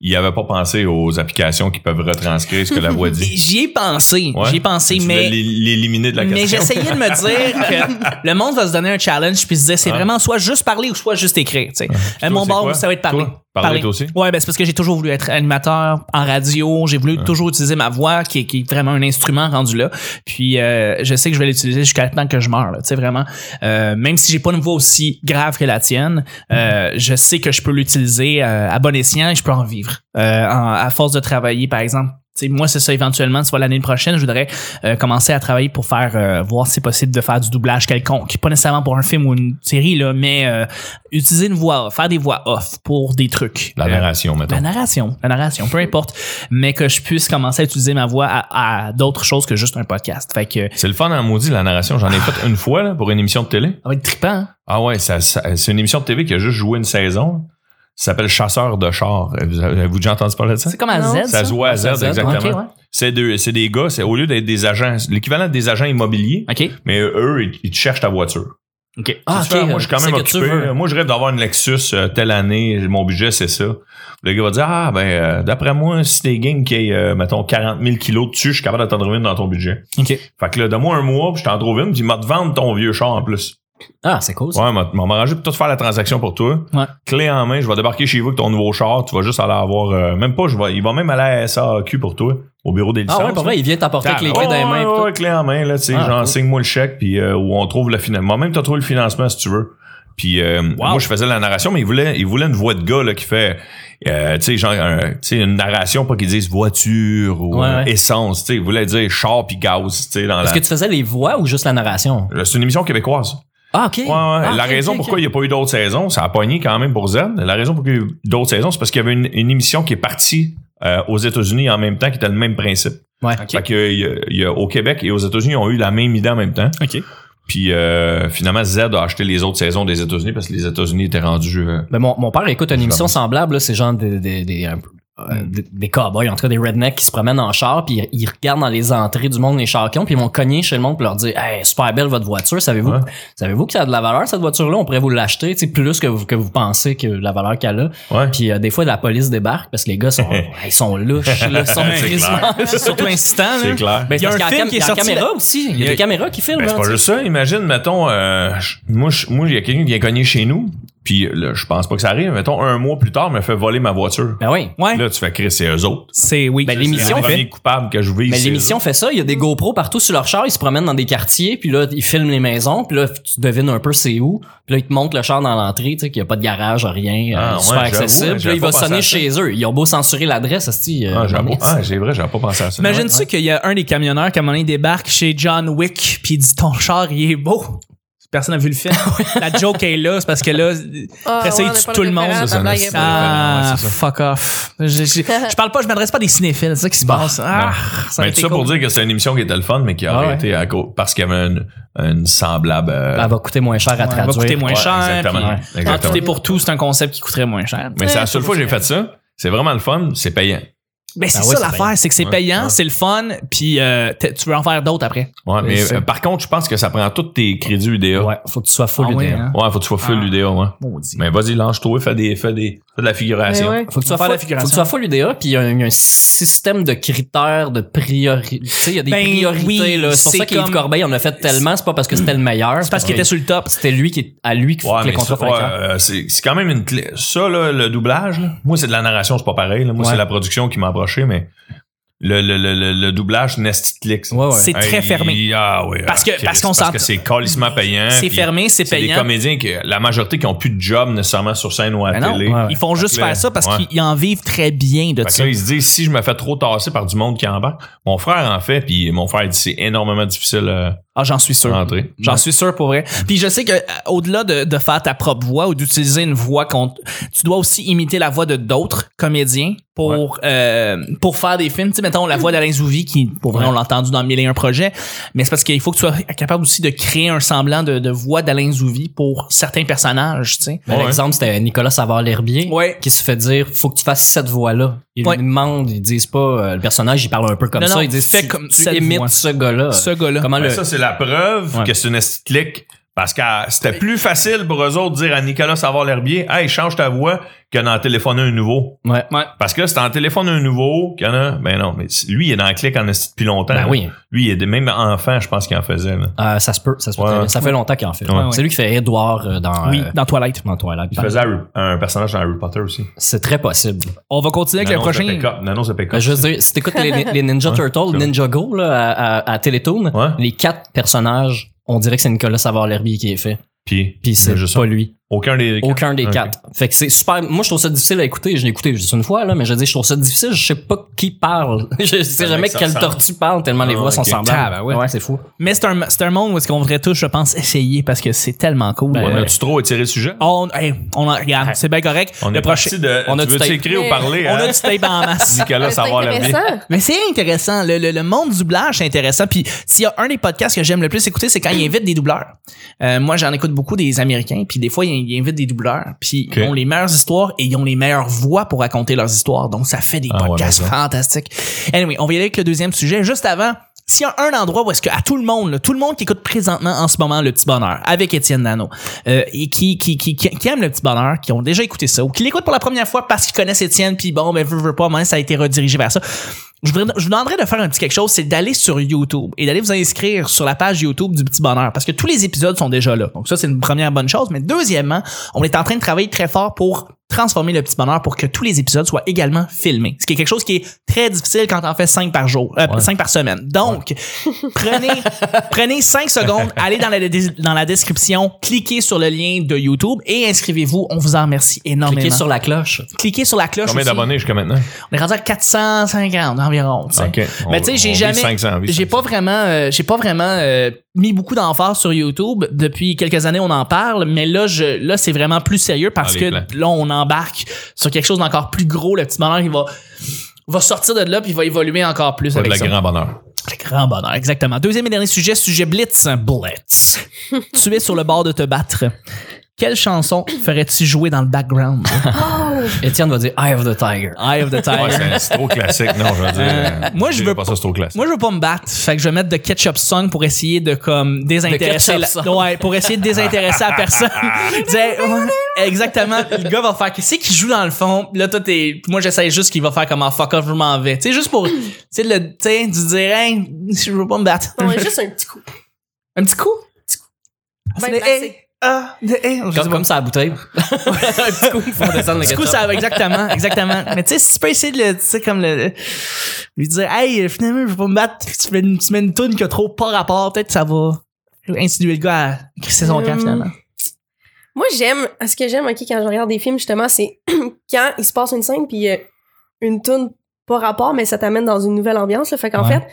[SPEAKER 2] il avait pas pensé aux applications qui peuvent retranscrire ce que la voix dit.
[SPEAKER 1] J'y ai pensé,
[SPEAKER 2] Ouais.
[SPEAKER 1] j'y ai pensé,
[SPEAKER 2] Tu voulais
[SPEAKER 1] mais
[SPEAKER 2] l'é- l'éliminer de la
[SPEAKER 1] mais
[SPEAKER 2] question.
[SPEAKER 1] j'essayais de me dire que le monde va se donner un challenge puis se dire c'est
[SPEAKER 2] Ouais.
[SPEAKER 1] vraiment soit juste parler ou soit juste écrire. tu sais. Euh,
[SPEAKER 2] Ah. Toi,
[SPEAKER 1] mon
[SPEAKER 2] c'est
[SPEAKER 1] bord,
[SPEAKER 2] quoi?
[SPEAKER 1] ça va être parler.
[SPEAKER 2] Toi, parler, toi aussi?
[SPEAKER 1] Ouais, ben c'est parce que j'ai toujours voulu être animateur en radio. J'ai voulu toujours utiliser ma voix, qui est, qui est vraiment un instrument rendu là. Puis euh, je sais que je vais l'utiliser jusqu'à temps que je meure. là, Tu sais vraiment, Euh, même si j'ai pas une voix aussi grave que la tienne, euh, je sais que je peux l'utiliser euh, à bon escient et je peux en vivre Euh, en- à force de travailler, par exemple. Tu sais, moi, c'est ça, éventuellement, soit l'année prochaine, je voudrais euh, commencer à travailler pour faire, euh, voir si c'est possible de faire du doublage quelconque. Pas nécessairement pour un film ou une série, là, mais euh, utiliser une voix off, faire des voix off pour des trucs.
[SPEAKER 2] La
[SPEAKER 1] Euh,
[SPEAKER 2] narration, mettons.
[SPEAKER 1] la narration, la narration, peu importe, mais que je puisse commencer à utiliser ma voix à, à d'autres choses que juste un podcast. Fait que
[SPEAKER 2] C'est le fun en maudit, la narration.
[SPEAKER 1] Ah.
[SPEAKER 2] J'en ai fait une fois là, pour une émission de télé.
[SPEAKER 1] ça va être trippant. hein?
[SPEAKER 2] Ah ouais, ça- ça- c'est une émission de TV qui a juste joué une saison. Ça s'appelle Chasseur de chars. Vous avez avez-vous déjà entendu parler de ça?
[SPEAKER 1] C'est comme à
[SPEAKER 3] Non.
[SPEAKER 1] Z.
[SPEAKER 2] Ça se voit à Z, exactement.
[SPEAKER 1] Ok, ouais.
[SPEAKER 2] C'est deux- c'est des gars, c'est au lieu d'être des agents, l'équivalent des agents immobiliers,
[SPEAKER 1] Ok.
[SPEAKER 2] mais eux, ils, ils te cherchent ta voiture.
[SPEAKER 1] Ok.
[SPEAKER 4] Ah,
[SPEAKER 2] Tu fais,
[SPEAKER 4] ok,
[SPEAKER 2] moi, je suis quand
[SPEAKER 4] c'est
[SPEAKER 2] même
[SPEAKER 4] que tu
[SPEAKER 2] occupé.
[SPEAKER 4] veux.
[SPEAKER 2] Moi, je rêve d'avoir une Lexus euh, telle année, mon budget, c'est ça. Le gars va dire, ah, ben, euh, d'après moi, si t'es game qui est, euh, mettons, 40 000 kilos dessus, je suis capable de t'en trouver une dans ton budget.
[SPEAKER 1] Ok.
[SPEAKER 2] Fait que là, donne-moi un mois, puis je t'en trouve une, puis il m'a te vendre ton vieux char en plus.
[SPEAKER 4] Ah, c'est cool. ça.
[SPEAKER 2] Ouais, m'a m'a arrangé pour tout faire la transaction pour toi.
[SPEAKER 1] Ouais.
[SPEAKER 2] Clé en main, je vais débarquer chez vous avec ton nouveau char, tu vas juste aller avoir, euh, même pas, je vais, il va même aller à SAQ pour toi, au bureau des licences.
[SPEAKER 4] Ah ouais, pour
[SPEAKER 2] là.
[SPEAKER 4] vrai, il vient t'apporter avec les
[SPEAKER 2] Ouais,
[SPEAKER 4] clés dans les mains.
[SPEAKER 2] ouais,
[SPEAKER 4] pis tout.
[SPEAKER 2] ouais, clé en main, là, tu sais,
[SPEAKER 4] Ah,
[SPEAKER 2] genre,
[SPEAKER 4] cool.
[SPEAKER 2] signe-moi le chèque, puis euh, où on trouve le financement. Moi-même, t'as trouvé le financement si tu veux. Puis euh, moi, je faisais la narration, mais il voulait, il voulait une voix de gars là, qui fait, euh, tu sais, genre, un- tu sais, une narration, pas qu'ils disent voiture ou
[SPEAKER 4] Ouais,
[SPEAKER 2] euh,
[SPEAKER 4] ouais.
[SPEAKER 2] essence, tu sais, il voulait dire char puis gaz, tu sais, dans la... Euh,
[SPEAKER 4] Est-ce que tu faisais les voix ou juste la narration?
[SPEAKER 2] C'est une émission québécoise.
[SPEAKER 4] Ah, ok.
[SPEAKER 2] Ouais, ouais. la raison pourquoi il n'y a pas eu d'autres saisons, ça a pogné quand même pour Z. La raison pour qu'il y a eu d'autres saisons, c'est parce qu'il y avait une, une émission qui est partie euh, aux États-Unis en même temps, qui était le même principe.
[SPEAKER 4] il Ouais.
[SPEAKER 2] Fait que, il y a- il y a- au Québec et aux États-Unis, ils ont eu la même idée en même temps.
[SPEAKER 1] Ok.
[SPEAKER 2] Puis euh, finalement, Z a acheté les autres saisons des États-Unis parce que les États-Unis étaient rendus. euh,
[SPEAKER 4] Ben, mon, mon père écoute une
[SPEAKER 2] Je
[SPEAKER 4] émission
[SPEAKER 2] l'avoue. Mm.
[SPEAKER 4] semblable, là, c'est genre des, des, des, un peu, euh, des, des cow-boys, en tout cas des rednecks qui se promènent en char, puis ils, ils regardent dans les entrées du monde les chars qu'ils ont, puis ils vont cogner chez le monde pour leur dire Hey, super belle votre voiture, savez-vous
[SPEAKER 2] Ouais.
[SPEAKER 4] savez-vous que ça a de la valeur cette voiture-là, on pourrait vous l'acheter, tu sais, plus que vous, que vous pensez que la valeur qu'elle a.
[SPEAKER 2] ouais.
[SPEAKER 4] Puis euh, des fois la police débarque parce que les gars sont ils sont louches, là, ils sont
[SPEAKER 2] Ben, C'est
[SPEAKER 4] crissement-
[SPEAKER 1] C'est surtout instant.
[SPEAKER 2] C'est clair.
[SPEAKER 4] Ben,
[SPEAKER 1] Il y a
[SPEAKER 4] parce
[SPEAKER 1] un
[SPEAKER 4] qu'il
[SPEAKER 1] film
[SPEAKER 4] cam-
[SPEAKER 1] qui est
[SPEAKER 4] il y a la
[SPEAKER 1] sorti
[SPEAKER 4] caméra aussi, il y a des caméras qui filment.
[SPEAKER 2] Ben, c'est
[SPEAKER 4] hein,
[SPEAKER 2] pas
[SPEAKER 4] tu
[SPEAKER 2] juste ça. Imagine, mettons, euh, je- moi, je- moi, il y a quelqu'un qui vient cogner chez nous, puis là, je pense pas que ça arrive. Mettons, un mois plus tard, il m'a fait voler ma voiture.
[SPEAKER 4] sais. Ben oui.
[SPEAKER 1] Ouais.
[SPEAKER 2] Là, tu fais Chris, c'est eux autres.
[SPEAKER 1] C'est oui.
[SPEAKER 4] Ben,
[SPEAKER 2] C'est
[SPEAKER 4] l'émission
[SPEAKER 2] les
[SPEAKER 4] fait-
[SPEAKER 2] premiers coupables que je vis.
[SPEAKER 4] Mais l'émission fait ça, il y a des GoPro partout sur leur char, ils se promènent dans des quartiers, puis là, ils filment les maisons, puis là, tu devines un peu c'est où, puis là, ils te montrent le char dans l'entrée, tu sais, qu'il n'y a pas de garage, rien,
[SPEAKER 2] Ah,
[SPEAKER 4] euh,
[SPEAKER 2] ouais,
[SPEAKER 4] super
[SPEAKER 2] j'avoue,
[SPEAKER 4] accessible, puis là,
[SPEAKER 2] j'avais
[SPEAKER 4] il
[SPEAKER 2] pas
[SPEAKER 4] va
[SPEAKER 2] pensé à
[SPEAKER 4] sonner
[SPEAKER 2] ça.
[SPEAKER 4] chez eux. Ils ont beau censurer l'adresse, euh, c'est
[SPEAKER 2] Ah, j'avoue. Ah, c'est vrai, j'avais pas pensé à ça.
[SPEAKER 1] Imagine-tu qu'il y a un des camionneurs qui, à un moment donné, débarque chez John Wick puis il dit ton char, il est beau. Personne n'a vu le film. La joke est là, c'est parce que là,
[SPEAKER 3] Ah,
[SPEAKER 1] après ça, il tue tout le monde.
[SPEAKER 2] Ça, c'est un
[SPEAKER 3] blague est
[SPEAKER 2] accident.
[SPEAKER 3] bonne.
[SPEAKER 1] Ah,
[SPEAKER 2] Ouais, c'est ça.
[SPEAKER 1] fuck off. Je, je- je parle pas, je m'adresse pas à des cinéphiles, c'est ça qui se passe. Ah, ça aurait
[SPEAKER 2] Bah, Mais
[SPEAKER 1] été
[SPEAKER 2] Ben, tout ça pour
[SPEAKER 1] cool.
[SPEAKER 2] dire que c'est une émission qui était le fun, mais qui a
[SPEAKER 4] Ah ouais.
[SPEAKER 2] arrêté à cause, parce qu'il y avait une, une semblable. euh,
[SPEAKER 4] Elle va coûter moins cher à
[SPEAKER 1] Ouais, elle va
[SPEAKER 4] traduire.
[SPEAKER 1] coûter moins
[SPEAKER 2] ouais,
[SPEAKER 1] cher.
[SPEAKER 2] Exactement.
[SPEAKER 1] puis-
[SPEAKER 2] exactement.
[SPEAKER 1] En tout et pour tout, c'est un concept qui coûterait moins cher.
[SPEAKER 2] Mais c'est la seule fois que j'ai fait ça. C'est vraiment le fun, c'est payant.
[SPEAKER 1] Mais Ben, c'est
[SPEAKER 4] Ah ouais,
[SPEAKER 1] ça
[SPEAKER 4] c'est
[SPEAKER 1] l'affaire, c'est que c'est
[SPEAKER 2] Ouais,
[SPEAKER 1] payant,
[SPEAKER 2] ouais.
[SPEAKER 1] c'est le fun, puis euh, t'es- tu veux en faire d'autres après.
[SPEAKER 2] Ouais,
[SPEAKER 4] Mais
[SPEAKER 2] mais
[SPEAKER 4] c'est-
[SPEAKER 2] euh, par contre, je pense que ça prend tous tes crédits UDA. Ouais,
[SPEAKER 4] Ouais, faut que tu sois full
[SPEAKER 1] Ah ouais,
[SPEAKER 4] UDA.
[SPEAKER 1] hein?
[SPEAKER 2] faut que tu sois full
[SPEAKER 1] Ah.
[SPEAKER 2] UDA, ouais.
[SPEAKER 1] Maudit.
[SPEAKER 2] Mais vas-y, lâche-toi, fais des, fais des, fais de la
[SPEAKER 3] Mais
[SPEAKER 2] figuration.
[SPEAKER 3] ouais.
[SPEAKER 4] Faut que tu
[SPEAKER 1] On
[SPEAKER 4] sois
[SPEAKER 1] va faire la
[SPEAKER 4] full, faut
[SPEAKER 1] figuration.
[SPEAKER 4] que tu sois full UDA, puis il y, a un il y a un système de critères, de priorités. Tu sais, il y a des
[SPEAKER 1] Ben
[SPEAKER 4] priorités,
[SPEAKER 1] oui,
[SPEAKER 4] là. C'est pour
[SPEAKER 1] c'est
[SPEAKER 4] ça qu'Yves
[SPEAKER 1] comme-
[SPEAKER 4] Corbeil en a fait tellement, c'est pas parce que c'était le meilleur.
[SPEAKER 1] C'est parce qu'il était sur le top.
[SPEAKER 4] C'était lui qui, à lui qu'il faut
[SPEAKER 2] Ouais,
[SPEAKER 4] que les
[SPEAKER 2] mais
[SPEAKER 4] contrats
[SPEAKER 2] ça,
[SPEAKER 4] fallait
[SPEAKER 2] ouais,
[SPEAKER 4] faire.
[SPEAKER 2] euh, c'est c'est quand même une clé. Ça, là, le doublage, là, moi, c'est de la narration, c'est pas pareil. là. Moi,
[SPEAKER 4] Ouais.
[SPEAKER 2] c'est la production qui m'a approché, mais le, le, le, le, le doublage, Nesty Clicks.
[SPEAKER 4] Ouais, ouais.
[SPEAKER 1] C'est très fermé.
[SPEAKER 2] Ah oui.
[SPEAKER 1] Parce que-
[SPEAKER 2] ah, Chris,
[SPEAKER 1] parce qu'on
[SPEAKER 2] Parce
[SPEAKER 1] s'ent-
[SPEAKER 2] que c'est colissement payant.
[SPEAKER 1] C'est
[SPEAKER 2] puis
[SPEAKER 1] fermé, c'est
[SPEAKER 2] C'est des
[SPEAKER 1] payant.
[SPEAKER 2] comédiens qui, la majorité, qui ont plus de job nécessairement sur scène ou à
[SPEAKER 1] Ben
[SPEAKER 2] la
[SPEAKER 1] non,
[SPEAKER 2] télé.
[SPEAKER 4] ouais, ouais.
[SPEAKER 1] Ils font juste
[SPEAKER 2] Fait que
[SPEAKER 1] faire
[SPEAKER 2] là,
[SPEAKER 1] ça parce
[SPEAKER 2] ouais.
[SPEAKER 1] qu'ils en vivent très bien de
[SPEAKER 2] Fait que
[SPEAKER 1] ça.
[SPEAKER 2] là, il se dit, si je me fais trop tasser par du monde qui embarque, mon frère en fait, puis mon frère il dit, c'est énormément difficile euh,
[SPEAKER 1] Ah, j'en suis sûr.
[SPEAKER 2] Entrer.
[SPEAKER 1] J'en suis sûr pour vrai. Puis je sais que euh, au-delà de, de faire ta propre voix ou d'utiliser une voix contre, tu dois aussi imiter la voix de d'autres comédiens pour euh, pour faire des films. Tu sais, mettons la voix d'Alain Zouvi qui, pour vrai, on l'a entendu dans mille et un projets, mais c'est parce qu'il faut que tu sois capable aussi de créer un semblant de, de voix d'Alain Zouvi pour certains personnages. Tu sais.
[SPEAKER 4] Par
[SPEAKER 2] Ouais.
[SPEAKER 4] exemple, c'était Nicolas Savard-Lherbier
[SPEAKER 1] Ouais.
[SPEAKER 4] qui se fait dire faut que tu fasses cette voix-là. Ils
[SPEAKER 1] Ouais.
[SPEAKER 4] lui demandent, ils disent pas euh, le personnage, il parle un peu comme
[SPEAKER 1] Non,
[SPEAKER 4] ça,
[SPEAKER 1] non,
[SPEAKER 4] ils disent
[SPEAKER 1] fais
[SPEAKER 4] tu,
[SPEAKER 1] comme
[SPEAKER 4] tu
[SPEAKER 1] cette
[SPEAKER 4] imites
[SPEAKER 1] voix.
[SPEAKER 4] ce gars-là.
[SPEAKER 1] Ce gars-là.
[SPEAKER 4] Comment
[SPEAKER 2] Ben,
[SPEAKER 4] le
[SPEAKER 2] ça, c'est la preuve
[SPEAKER 4] Ouais.
[SPEAKER 2] que c'est une esti de clique. Parce que ah, c'était plus facile pour eux autres de dire à Nicolas Savard-Lherbier, hey, change ta voix, que d'en téléphoner un nouveau.
[SPEAKER 4] Ouais.
[SPEAKER 2] Parce que là, c'est en téléphone un nouveau, qu'il y en a, ben non, mais c- lui, il est dans la clique en esti depuis longtemps.
[SPEAKER 4] Ben oui.
[SPEAKER 2] Lui, il est des- même enfant, je pense qu'il en faisait, là.
[SPEAKER 4] Euh, ça se peut, ça se peut.
[SPEAKER 2] Ouais.
[SPEAKER 4] Ça fait longtemps qu'il en fait.
[SPEAKER 2] Ouais, ouais.
[SPEAKER 4] C'est lui qui fait Edward euh, dans
[SPEAKER 1] Oui,
[SPEAKER 4] euh,
[SPEAKER 1] dans Twilight.
[SPEAKER 4] dans Twilight.
[SPEAKER 2] Il faisait Harry- un personnage dans Harry Potter aussi.
[SPEAKER 4] C'est très possible.
[SPEAKER 1] On va continuer avec le
[SPEAKER 2] Nanos
[SPEAKER 1] prochain.
[SPEAKER 2] the Peacock. Nanos the Peacock.
[SPEAKER 4] Ben, je veux dire, si t'écoutes les, les Ninja
[SPEAKER 2] Ouais,
[SPEAKER 4] Turtles,
[SPEAKER 2] c'est vrai.
[SPEAKER 4] Ninja Go là, à, à, à Télétoon,
[SPEAKER 2] Ouais.
[SPEAKER 4] les quatre personnages, on dirait que c'est Nicolas Savard-Lherbier qui est fait.
[SPEAKER 2] Puis,
[SPEAKER 4] Puis c'est
[SPEAKER 2] Mais je sais.
[SPEAKER 4] pas lui.
[SPEAKER 2] aucun des
[SPEAKER 4] Aucun des
[SPEAKER 2] Ok.
[SPEAKER 4] quatre. Fait que c'est super. Moi, je trouve ça difficile à écouter. Je l'ai écouté juste une fois, là, mais je dis, je trouve ça difficile. Je sais pas qui parle. Je sais
[SPEAKER 2] Ça
[SPEAKER 4] jamais
[SPEAKER 2] mec, ça
[SPEAKER 4] quelle
[SPEAKER 2] ressemble.
[SPEAKER 4] tortue parle tellement les
[SPEAKER 2] Ah,
[SPEAKER 4] voix sont
[SPEAKER 2] ok.
[SPEAKER 4] semblables.
[SPEAKER 1] Ah, ben ouais.
[SPEAKER 4] c'est fou.
[SPEAKER 1] Mais c'est un, c'est un monde où est-ce qu'on devrait tous, je pense, essayer parce que c'est tellement cool.
[SPEAKER 4] Ben, Ah,
[SPEAKER 2] On
[SPEAKER 1] Ouais.
[SPEAKER 2] a-tu trop étiré le sujet?
[SPEAKER 1] on, hey, on en regarde, c'est bien correct.
[SPEAKER 2] On
[SPEAKER 1] le
[SPEAKER 2] est
[SPEAKER 1] prochain,
[SPEAKER 2] parti de.
[SPEAKER 4] on a
[SPEAKER 2] tu
[SPEAKER 4] du
[SPEAKER 2] veux-tu
[SPEAKER 4] tape.
[SPEAKER 2] écrire ou
[SPEAKER 3] Mais-
[SPEAKER 2] parler?
[SPEAKER 1] on
[SPEAKER 2] hein?
[SPEAKER 1] a du tape en masse.
[SPEAKER 2] Nicolas
[SPEAKER 3] C'est
[SPEAKER 2] Savard-Lherbier.
[SPEAKER 3] intéressant.
[SPEAKER 1] Mais c'est intéressant. Le, le- le monde du doublage, c'est intéressant. Puis s'il y a un des podcasts que j'aime le plus écouter, c'est quand ils invitent des doubleurs. Euh, moi, j'en écoute beaucoup des Américains. Puis des fois, ils, ils invitent des doubleurs. Puis
[SPEAKER 2] Ok.
[SPEAKER 1] ils ont les meilleures histoires et ils ont les meilleures voix pour raconter leurs histoires. Donc, ça fait des
[SPEAKER 2] Ah, ouais,
[SPEAKER 1] podcasts
[SPEAKER 2] raison.
[SPEAKER 1] fantastiques. Anyway, on va y aller avec le deuxième sujet. Juste avant, s'il y a un endroit où est-ce que à tout le monde, là, tout le monde qui écoute présentement en ce moment le petit bonheur avec Étienne Nano euh, et qui qui, qui qui qui aime le petit bonheur, qui ont déjà écouté ça ou qui l'écoutent pour la première fois parce qu'ils connaissent Étienne puis bon ben veut, veut pas, moi ça a été redirigé vers ça. Je voudrais- je vous demanderais de faire un petit quelque chose, c'est d'aller sur YouTube et d'aller vous inscrire sur la page YouTube du Petit Bonheur parce que tous les épisodes sont déjà là. Donc ça, c'est une première bonne chose. Mais deuxièmement, on est en train de travailler très fort pour transformer le Petit Bonheur pour que tous les épisodes soient également filmés. Ce qui est quelque chose qui est très difficile quand on fait cinq par jour, euh, cinq par semaine. Donc, prenez, prenez cinq secondes, allez dans la, dans la description, cliquez sur le lien de YouTube et inscrivez-vous. On vous en remercie énormément.
[SPEAKER 4] Cliquez sur la cloche.
[SPEAKER 1] Cliquez sur la cloche.
[SPEAKER 2] Combien
[SPEAKER 1] aussi.
[SPEAKER 2] d'abonnés jusqu'à maintenant?
[SPEAKER 1] On est rendu à 450 environ. tu sais.
[SPEAKER 2] Ok. On-
[SPEAKER 1] Mais tu sais,
[SPEAKER 2] on
[SPEAKER 1] j'ai
[SPEAKER 2] vise
[SPEAKER 1] jamais,
[SPEAKER 2] 500, on vise
[SPEAKER 1] j'ai
[SPEAKER 2] 500.
[SPEAKER 1] pas vraiment, euh, j'ai pas vraiment euh, mis beaucoup d'emphase sur YouTube. Depuis quelques années, on en parle, mais là, je, là, c'est vraiment plus sérieux parce
[SPEAKER 2] Ah,
[SPEAKER 1] que
[SPEAKER 2] les plans.
[SPEAKER 1] là, on embarque sur quelque chose d'encore plus gros. Le petit bonheur, il va, va sortir de là puis il va évoluer encore plus
[SPEAKER 2] Pas de
[SPEAKER 1] avec
[SPEAKER 2] la
[SPEAKER 1] ça.
[SPEAKER 2] grand bonheur.
[SPEAKER 1] Le grand bonheur, exactement. Deuxième et dernier sujet, sujet blitz. Blitz. tu es sur le bord de te battre. Quelle chanson ferais-tu jouer dans le background?
[SPEAKER 4] Étienne va dire Eye of the Tiger.
[SPEAKER 1] Eye of the Tiger.
[SPEAKER 2] Ouais, c'est- c'est trop classique. Non, je veux dire. euh,
[SPEAKER 1] moi, je
[SPEAKER 2] dirais
[SPEAKER 1] veux
[SPEAKER 2] pas.
[SPEAKER 1] pas-
[SPEAKER 2] ça, c'est trop classique.
[SPEAKER 1] Moi, je veux pas me battre. Fait que je vais mettre de Ketchup Song pour essayer de, comme, désintéresser.
[SPEAKER 4] De
[SPEAKER 1] la-
[SPEAKER 4] Ketchup Song.
[SPEAKER 1] Ouais, pour essayer de désintéresser la personne. Disais, ouais, exactement. Le gars va faire, qu'est-ce qui joue dans le fond? Là, toi, t'es, moi, j'essaie juste qu'il va faire comme, Ah, fuck off, je m'en vais. Tu sais, juste pour, tu sais, le, tu sais, tu dirais, hey, je veux pas me battre.
[SPEAKER 3] Non, mais juste un petit coup.
[SPEAKER 1] Un petit coup? Un
[SPEAKER 3] Ben
[SPEAKER 1] petit coup.
[SPEAKER 3] placé.
[SPEAKER 1] Ah, de- hey. Je sais
[SPEAKER 4] Comme,
[SPEAKER 1] pas.
[SPEAKER 4] comme ça à la bouteille. Un petit coup, ils font descendre le
[SPEAKER 1] Du coup,
[SPEAKER 4] ketchup.
[SPEAKER 1] ça, exactement, exactement. Mais tu sais, si tu peux essayer de le, tu sais, comme le, le- lui dire, hey, euh, finalement, je vais pas me battre, tu mets une, tu mets une toune qui a trop pas rapport, peut-être que ça va insinuer le gars à crisser son camp,
[SPEAKER 3] Hum.
[SPEAKER 1] finalement.
[SPEAKER 3] Moi, j'aime, ce que j'aime, ok, quand je regarde des films, justement, c'est quand il se passe une scène, puis euh, une toune pas rapport, mais ça t'amène dans une nouvelle ambiance, là. Fait qu'en
[SPEAKER 4] Ouais.
[SPEAKER 3] fait,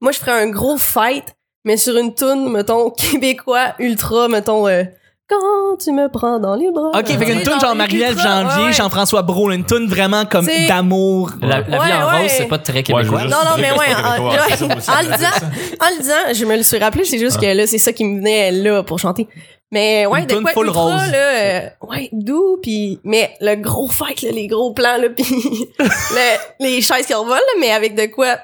[SPEAKER 3] moi, je ferais un gros fight, mais sur une toune, mettons, québécois, ultra, mettons, euh, quand tu me prends dans les bras.
[SPEAKER 1] Ok, fait
[SPEAKER 3] Tu
[SPEAKER 1] qu'une
[SPEAKER 3] sais,
[SPEAKER 1] toune
[SPEAKER 3] dans
[SPEAKER 1] genre
[SPEAKER 3] les
[SPEAKER 1] Marie-Ève
[SPEAKER 3] ultras,
[SPEAKER 1] Janvier,
[SPEAKER 3] ouais, ouais.
[SPEAKER 1] Jean-François Brault, une toune vraiment comme
[SPEAKER 3] C'est-
[SPEAKER 1] d'amour.
[SPEAKER 4] La, la
[SPEAKER 3] Ouais,
[SPEAKER 4] vie en
[SPEAKER 3] ouais.
[SPEAKER 4] rose, c'est pas très québécois.
[SPEAKER 2] je veux
[SPEAKER 3] Non,
[SPEAKER 2] juste
[SPEAKER 3] non,
[SPEAKER 2] dire
[SPEAKER 3] mais
[SPEAKER 2] que c'est
[SPEAKER 3] ouais,
[SPEAKER 2] pas
[SPEAKER 3] en-
[SPEAKER 2] québécois,
[SPEAKER 3] ouais,
[SPEAKER 2] c'est ça,
[SPEAKER 3] en
[SPEAKER 2] c'est
[SPEAKER 3] le disant,
[SPEAKER 2] ça.
[SPEAKER 3] En le disant, je me le suis rappelé, c'est
[SPEAKER 2] Ah.
[SPEAKER 3] juste que là, c'est ça qui me venait là pour chanter. Mais ouais,
[SPEAKER 1] Une
[SPEAKER 3] de
[SPEAKER 1] toune
[SPEAKER 3] quoi
[SPEAKER 1] full
[SPEAKER 3] ultra,
[SPEAKER 1] rose.
[SPEAKER 3] là, euh, ouais, doux, puis mais le gros fight, là, les gros plans, là, puis le- les chaises qui revolent, là, mais avec de quoi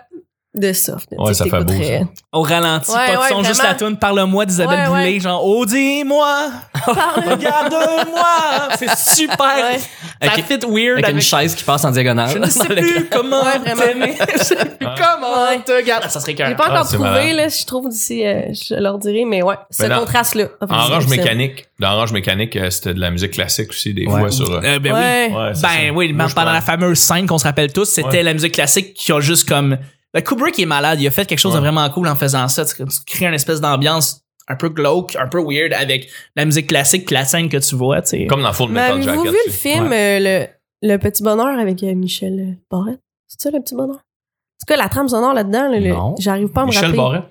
[SPEAKER 3] de soft. là, tu
[SPEAKER 2] Ouais, ça
[SPEAKER 3] sais,
[SPEAKER 2] fait beau,
[SPEAKER 3] t'écouterais.
[SPEAKER 1] Au ralenti,
[SPEAKER 3] Ouais,
[SPEAKER 1] pas de
[SPEAKER 3] ouais,
[SPEAKER 1] son, juste la
[SPEAKER 3] vraiment.
[SPEAKER 1] toune Parle-moi d'Isabelle
[SPEAKER 3] Ouais,
[SPEAKER 1] Boulay,
[SPEAKER 3] ouais.
[SPEAKER 1] genre Oh, dis-moi,
[SPEAKER 3] Parle-
[SPEAKER 1] regarde-moi. C'est super.
[SPEAKER 3] Ouais.
[SPEAKER 1] Ça
[SPEAKER 4] Avec-
[SPEAKER 1] fit weird
[SPEAKER 4] Avec une
[SPEAKER 1] avec-
[SPEAKER 4] chaise qui passe en diagonale.
[SPEAKER 1] Je ne sais plus comment
[SPEAKER 3] Ouais, vraiment.
[SPEAKER 1] t'aimer. Je sais plus comment
[SPEAKER 3] Ouais.
[SPEAKER 1] te garder. Ah, ça serait
[SPEAKER 3] J'ai
[SPEAKER 1] carré.
[SPEAKER 3] pas
[SPEAKER 2] Ah,
[SPEAKER 3] encore
[SPEAKER 2] c'est
[SPEAKER 3] trouvé,
[SPEAKER 2] malade.
[SPEAKER 3] là, je trouve d'ici, euh, je leur dirai, mais ouais, ce
[SPEAKER 2] dans-
[SPEAKER 3] contraste-là.
[SPEAKER 2] En
[SPEAKER 3] range
[SPEAKER 2] Orange Mécanique. Dans Orange Mécanique, euh, c'était de la musique classique aussi, des
[SPEAKER 4] Ouais.
[SPEAKER 2] fois, sur. euh,
[SPEAKER 1] Euh, ben oui.
[SPEAKER 3] Ouais.
[SPEAKER 2] ouais, c'est
[SPEAKER 1] Ben
[SPEAKER 2] ça.
[SPEAKER 1] oui,
[SPEAKER 2] Moi,
[SPEAKER 1] même
[SPEAKER 2] je
[SPEAKER 1] pendant
[SPEAKER 2] parle-
[SPEAKER 1] la fameuse scène qu'on se rappelle tous, c'était
[SPEAKER 2] Ouais.
[SPEAKER 1] la musique classique qui a juste comme. Ben, Kubrick est malade, il a fait quelque chose de
[SPEAKER 2] Ouais.
[SPEAKER 1] vraiment cool en faisant ça. Tu, tu crées une espèce d'ambiance un peu glauque, un peu weird avec la musique classique puis la scène que tu vois, tu sais.
[SPEAKER 2] Comme dans Full
[SPEAKER 3] Mais
[SPEAKER 2] Metal
[SPEAKER 3] avez-vous
[SPEAKER 2] Jacket.
[SPEAKER 3] vu le
[SPEAKER 2] tu sais.
[SPEAKER 3] film euh, le, le Petit Bonheur avec euh, Michel Barrette? C'est ça, Le Petit Bonheur? En tout cas, la trame sonore là-dedans, là, le-
[SPEAKER 4] Non.
[SPEAKER 3] j'arrive pas à me
[SPEAKER 2] Michel
[SPEAKER 3] rappeler.
[SPEAKER 2] Barrette.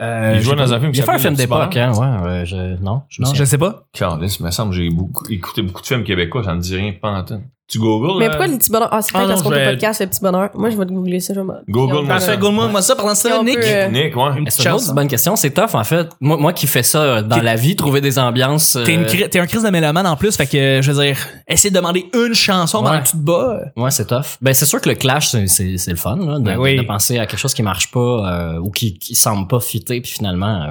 [SPEAKER 4] Euh,
[SPEAKER 2] Il jouait
[SPEAKER 4] j'ai
[SPEAKER 2] dans
[SPEAKER 4] pas-
[SPEAKER 2] un film qui
[SPEAKER 4] Il a fait un
[SPEAKER 2] s'appelait
[SPEAKER 4] film
[SPEAKER 2] Le Petit
[SPEAKER 4] d'époque, hein, ouais. euh, je- non, je me
[SPEAKER 1] Non,
[SPEAKER 4] souviens.
[SPEAKER 1] je sais pas.
[SPEAKER 2] Carlis, me semble, j'ai beaucoup, écouté beaucoup de films québécois, ça me dit rien, pantoute. Tu googles?
[SPEAKER 3] Mais
[SPEAKER 2] euh,
[SPEAKER 3] pourquoi le petit bonheur? Ah, c'est
[SPEAKER 2] Ah
[SPEAKER 3] peut-être
[SPEAKER 2] non,
[SPEAKER 3] parce qu'on
[SPEAKER 2] je
[SPEAKER 3] est
[SPEAKER 2] vais-
[SPEAKER 3] podcast, le petit bonheur. Moi, je vais te googler ça, je vais me-
[SPEAKER 2] Google,
[SPEAKER 3] Puis on-
[SPEAKER 2] moi,
[SPEAKER 1] Parfait,
[SPEAKER 2] Ouais.
[SPEAKER 1] gourmand, moi ça pendant ce temps,
[SPEAKER 3] on
[SPEAKER 1] Nick.
[SPEAKER 3] peut, euh,
[SPEAKER 2] Nick, ouais.
[SPEAKER 1] Une
[SPEAKER 4] Mais
[SPEAKER 1] petite
[SPEAKER 4] Eh, C'est une
[SPEAKER 1] chance.
[SPEAKER 4] autre bonne question. C'est tough, en fait. Moi, moi qui fais ça euh, dans
[SPEAKER 1] T'es-
[SPEAKER 4] la vie, trouver des ambiances. euh,
[SPEAKER 1] T'es une cri- t'es un crise de mélomane en plus, fait que euh, je veux dire, essayer de demander une chanson pendant
[SPEAKER 4] Ouais.
[SPEAKER 1] que tu te bats. euh,
[SPEAKER 4] Ouais, c'est tough. Ben, c'est sûr que le clash, c'est- c'est c'est le fun, là, de,
[SPEAKER 1] Ben
[SPEAKER 4] de-
[SPEAKER 1] oui.
[SPEAKER 4] de penser à quelque chose qui marche pas euh, ou qui, qui semble pas fitter, puis finalement, euh,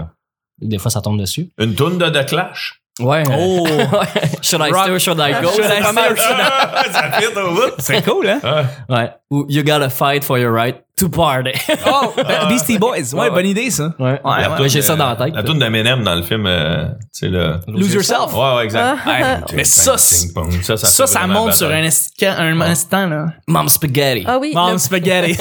[SPEAKER 4] des fois, ça tombe dessus.
[SPEAKER 2] Une tourne de The Clash.
[SPEAKER 4] Ouais.
[SPEAKER 1] Oh!
[SPEAKER 4] should I
[SPEAKER 1] Rock-
[SPEAKER 4] stay or should I go?
[SPEAKER 1] Should I
[SPEAKER 4] C'est pas mal.
[SPEAKER 2] ça fait au bout.
[SPEAKER 1] C'est cool, hein?
[SPEAKER 2] Ah,
[SPEAKER 4] Ouais. Ou you gotta fight for your right to party.
[SPEAKER 1] Oh! ben, Beastie Boys. Ouais,
[SPEAKER 4] Ouais.
[SPEAKER 1] bonne idée, ça.
[SPEAKER 4] ouais.
[SPEAKER 1] Ouais,
[SPEAKER 2] la
[SPEAKER 1] ouais,
[SPEAKER 2] toune,
[SPEAKER 4] j'ai ça
[SPEAKER 2] euh,
[SPEAKER 4] dans la tête.
[SPEAKER 2] La tourne d'Eminem dans le film, euh, tu sais, le.
[SPEAKER 1] Lose yourself.
[SPEAKER 2] Ouais, ouais, exact.
[SPEAKER 1] Ouais. Mais ça, c'est-
[SPEAKER 2] ça,
[SPEAKER 1] Ça, ça, monte sur un, instant, un
[SPEAKER 2] Ouais.
[SPEAKER 1] instant, là.
[SPEAKER 4] Mom spaghetti.
[SPEAKER 3] Ah oui,
[SPEAKER 1] Mom
[SPEAKER 3] le-
[SPEAKER 1] spaghetti.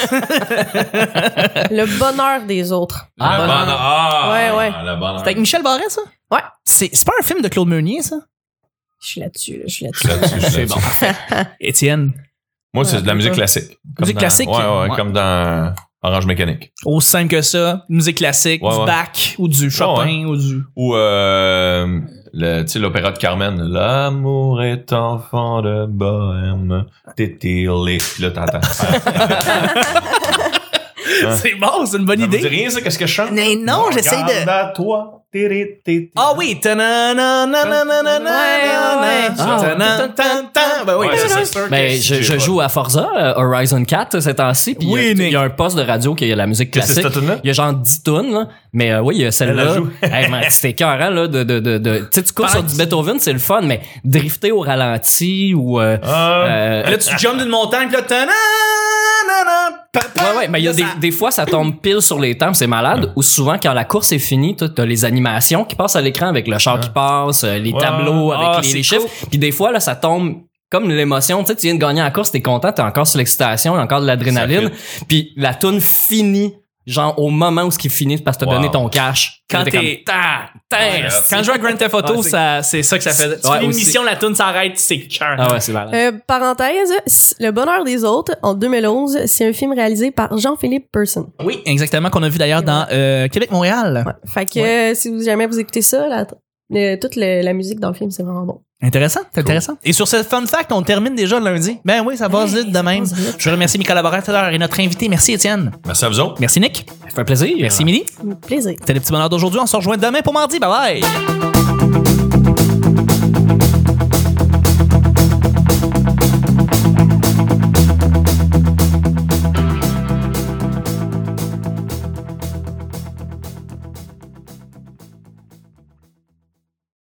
[SPEAKER 3] le bonheur des autres.
[SPEAKER 2] Ah, la bonne... ah,
[SPEAKER 3] Ouais, ouais.
[SPEAKER 2] La bonne...
[SPEAKER 1] C'est avec Michel Barret, ça?
[SPEAKER 3] Ouais.
[SPEAKER 1] C'est c'est pas un film de Claude Meunier, ça?
[SPEAKER 3] Je suis là-dessus, là, je suis
[SPEAKER 2] Je suis
[SPEAKER 3] là-dessus.
[SPEAKER 2] là-dessus, je suis
[SPEAKER 1] C'est
[SPEAKER 2] là-dessus.
[SPEAKER 1] bon. Étienne.
[SPEAKER 2] Moi, c'est de la musique classique. Comme
[SPEAKER 1] Musique
[SPEAKER 2] dans-
[SPEAKER 1] classique?
[SPEAKER 2] Ouais, ouais,
[SPEAKER 1] Ouais.
[SPEAKER 2] comme dans Orange Mécanique.
[SPEAKER 1] Aussi simple que ça. Musique classique,
[SPEAKER 2] Ouais,
[SPEAKER 1] du
[SPEAKER 2] ouais.
[SPEAKER 1] Bach ou du Chopin ou du.
[SPEAKER 2] Ou, euh, le, tu sais, l'opéra de Carmen. L'amour est enfant de bohème. T'étais laid. Puis là, t'entends. Ouais.
[SPEAKER 1] C'est bon, c'est une bonne
[SPEAKER 2] Ça vous dit
[SPEAKER 1] idée.
[SPEAKER 2] rien, ça, qu'est-ce que je chante?
[SPEAKER 1] Mais non, j'essaie
[SPEAKER 2] Regarde
[SPEAKER 1] de.
[SPEAKER 2] à toi. Tiri, tiri.
[SPEAKER 1] Ah oui! Ta-na-na-na-na-na-na-na.
[SPEAKER 3] Ouais, ouais.
[SPEAKER 1] Ta-na-na-na-na-na. Ben oui,
[SPEAKER 2] Ouais, c'est ça.
[SPEAKER 4] Ben, je, je joue à Forza euh, Horizon 4 ces temps-ci, puis il y a-
[SPEAKER 1] Oui,
[SPEAKER 4] il
[SPEAKER 1] Nick.
[SPEAKER 4] y, a un poste de radio qui a la musique
[SPEAKER 2] Qu'est-ce que c'est,
[SPEAKER 4] classique.
[SPEAKER 2] cette tune-là?
[SPEAKER 4] Il y a genre 10 tonnes, là. mais euh, oui, il y a
[SPEAKER 2] Elle
[SPEAKER 4] celle-là.
[SPEAKER 2] la joue.
[SPEAKER 4] Hey, man, c'est écœurant, là, de... de, de, de- Tu sais, tu cours sur du Beethoven, c'est le fun, mais drifter au ralenti ou... euh,
[SPEAKER 2] Ah,
[SPEAKER 4] euh,
[SPEAKER 1] Là, tu jumps d'une montagne, puis là, ta-na-na-na. Pa-pa.
[SPEAKER 4] Ouais, ouais, mais il y a
[SPEAKER 1] Là,
[SPEAKER 4] des,
[SPEAKER 1] ça-
[SPEAKER 4] des fois, ça tombe pile sur les temps, c'est malade. Ou souvent, quand la course est finie, t'as t'as les animations qui passent à l'écran avec le char qui passe, euh, les
[SPEAKER 2] Ouais.
[SPEAKER 4] tableaux avec
[SPEAKER 1] Ah,
[SPEAKER 4] les,
[SPEAKER 1] c'est
[SPEAKER 4] les chiffres. Puis des fois, là, ça tombe comme l'émotion. Tu sais, tu viens de gagner la course, t'es content, t'es encore sur l'excitation, il y a encore de l'adrénaline. Puis la toune finit, genre au moment où ce qui finit parce que t'as
[SPEAKER 2] Wow.
[SPEAKER 4] donné ton cash.
[SPEAKER 1] Quand
[SPEAKER 4] Là,
[SPEAKER 1] t'es. ta- ta-
[SPEAKER 2] Ouais,
[SPEAKER 1] Quand je joue à Grand Theft Auto,
[SPEAKER 4] Ouais, c'est-
[SPEAKER 1] ça- c'est ça que ça fait. Tu
[SPEAKER 4] Ouais,
[SPEAKER 1] finis une
[SPEAKER 4] aussi.
[SPEAKER 1] mission, la tune s'arrête, c'est cœur.
[SPEAKER 4] Ah ouais, c'est malade.
[SPEAKER 3] Euh, parenthèse, s- Le bonheur des autres, en 2011, c'est un film réalisé par Jean-Philippe Person.
[SPEAKER 1] Oui, exactement, qu'on a vu d'ailleurs
[SPEAKER 3] Et
[SPEAKER 1] dans euh, Québec-Montréal.
[SPEAKER 2] Ah.
[SPEAKER 3] Ouais. Fait que euh, si vous jamais vous écoutez ça, la- le- toute le- la musique dans le film, c'est vraiment bon.
[SPEAKER 1] Intéressant, c'est intéressant. Et sur ce fun fact, on termine déjà le lundi. Ben oui, ça passe
[SPEAKER 3] Hey,
[SPEAKER 1] vite de
[SPEAKER 3] ça
[SPEAKER 1] même.
[SPEAKER 3] passe vite.
[SPEAKER 1] Je remercie mes collaborateurs et notre invité. Merci Étienne.
[SPEAKER 2] Merci à vous autres.
[SPEAKER 1] Merci Nick.
[SPEAKER 4] Ça fait plaisir.
[SPEAKER 1] Merci Émilie.
[SPEAKER 3] Plaisir.
[SPEAKER 1] C'était le petit bonheur d'aujourd'hui. On se rejoint demain pour mardi. Bye bye.